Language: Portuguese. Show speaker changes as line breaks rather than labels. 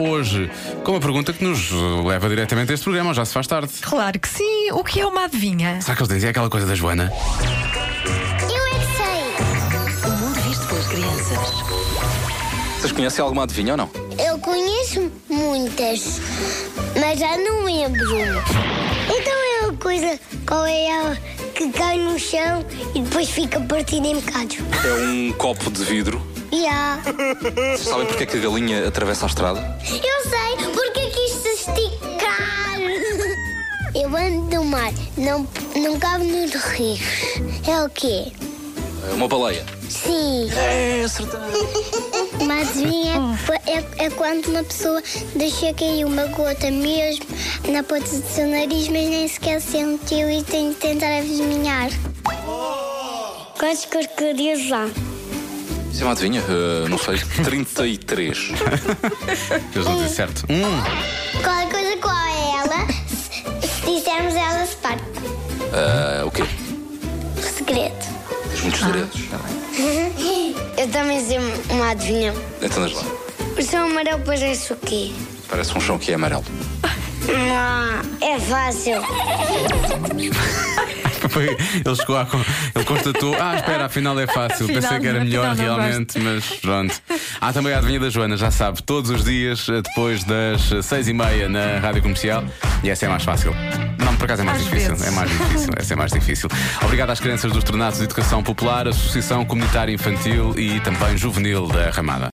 hoje com uma pergunta que nos leva diretamente a este programa, já se faz tarde.
Claro que sim. O que é uma adivinha?
Será que eles dizem aquela coisa da Joana?
Eu é que sei.
O mundo visto pelas crianças.
Vocês conhecem alguma adivinha ou não?
Eu conheço muitas, mas já não lembro. Então é uma coisa, qual é ela que cai no chão e depois fica partida em bocados?
É um copo de vidro.
E há.
Vocês sabem porque é que a galinha atravessa a estrada?
Eu sei porque quis se esticar. Eu ando no mar, não, não cabe nos rios. É o quê?
É uma baleia.
Sim.
É, acertado.
Uma adivinha é, é quando uma pessoa deixa cair uma gota mesmo na ponta do seu nariz, mas nem sequer sentiu e tem de tentar adivinhar. Quantos crocodilos há?
Isso é uma adivinha? Eh, não sei. 33.
Eles não dizem certo. Um.
Qual a coisa, qual é ela? Se, se dissermos ela, se parte.
Ah, o quê?
Segredo.
Tens muitos Tá segredos.
Eu também sei uma adivinha.
Então, diz lá.
O seu amarelo parece o quê?
Parece um chão que é amarelo.
Não, é fácil.
Foi- Ele chegou à. con- Ele constatou. Ah, espera, afinal é fácil.
Afinal,
Pensei que era
não,
melhor
afinal não
realmente, mas pronto. Há também a Adivinha da Joana, já sabe, todos os dias, eh, depois das eh, seis e meia na rádio comercial. E essa é mais fácil. Não, por acaso é mais
Às
difícil.
vezes.
É mais difícil. Essa é mais difícil. Obrigado às crianças dos Tornados de Educação Popular, Associação Comunitária Infantil e também Juvenil da Ramada.